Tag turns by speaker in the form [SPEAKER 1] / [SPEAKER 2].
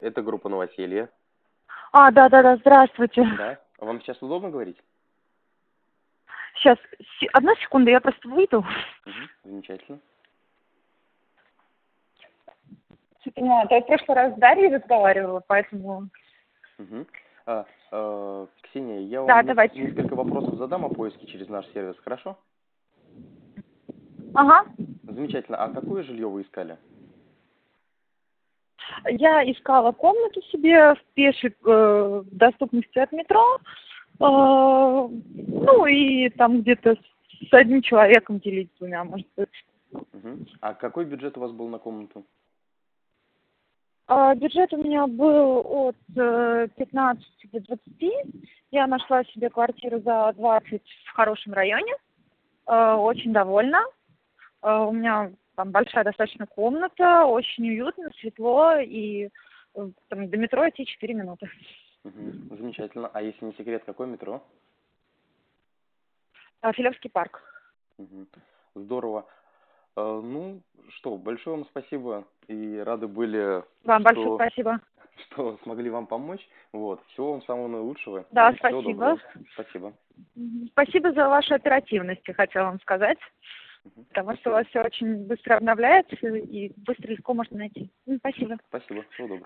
[SPEAKER 1] Это группа «Новоселье».
[SPEAKER 2] А, да-да-да, здравствуйте.
[SPEAKER 1] Да? Вам сейчас удобно говорить?
[SPEAKER 2] Сейчас, се- одна секунда, я просто выйду.
[SPEAKER 1] Мгм, Замечательно.
[SPEAKER 2] Понимаю, я ну, в прошлый раз с Дарьей разговаривала, поэтому...
[SPEAKER 1] Мгм. А, э, Ксения, я вам
[SPEAKER 2] Да,
[SPEAKER 1] не-
[SPEAKER 2] давайте.
[SPEAKER 1] несколько вопросов задам о поиске через наш сервис, хорошо?
[SPEAKER 2] Ага.
[SPEAKER 1] Замечательно. А какое жилье вы искали?
[SPEAKER 2] Я искала комнату себе в пешей э, доступности от метро. Э, ну и там где-то с одним человеком делить с двумя, может быть.
[SPEAKER 1] Мгм. А какой бюджет у вас был на комнату?
[SPEAKER 2] А, Бюджет у меня был от э, 15 до 20. Я нашла себе квартиру за 20 в хорошем районе. Э, Очень довольна. Э, У меня там большая достаточно комната, очень уютно, светло и э, там, до метро идти 4 минуты.
[SPEAKER 1] Мгм. Замечательно. А если не секрет, какое метро?
[SPEAKER 2] А, Филевский парк.
[SPEAKER 1] Мгм. Здорово. Э, ну что, большое вам спасибо и рады были,
[SPEAKER 2] Вам
[SPEAKER 1] Что?
[SPEAKER 2] большое спасибо.
[SPEAKER 1] что смогли вам помочь. Вот. Всего вам самого наилучшего.
[SPEAKER 2] Да,
[SPEAKER 1] и всего
[SPEAKER 2] спасибо.
[SPEAKER 1] доброго. Спасибо.
[SPEAKER 2] Мгм. Спасибо за вашу оперативность, я хотела вам сказать,
[SPEAKER 1] Мгм.
[SPEAKER 2] потому что
[SPEAKER 1] Спасибо.
[SPEAKER 2] у вас все очень быстро обновляется и быстро легко можно найти. М, Спасибо.
[SPEAKER 1] Спасибо. Всего доброго.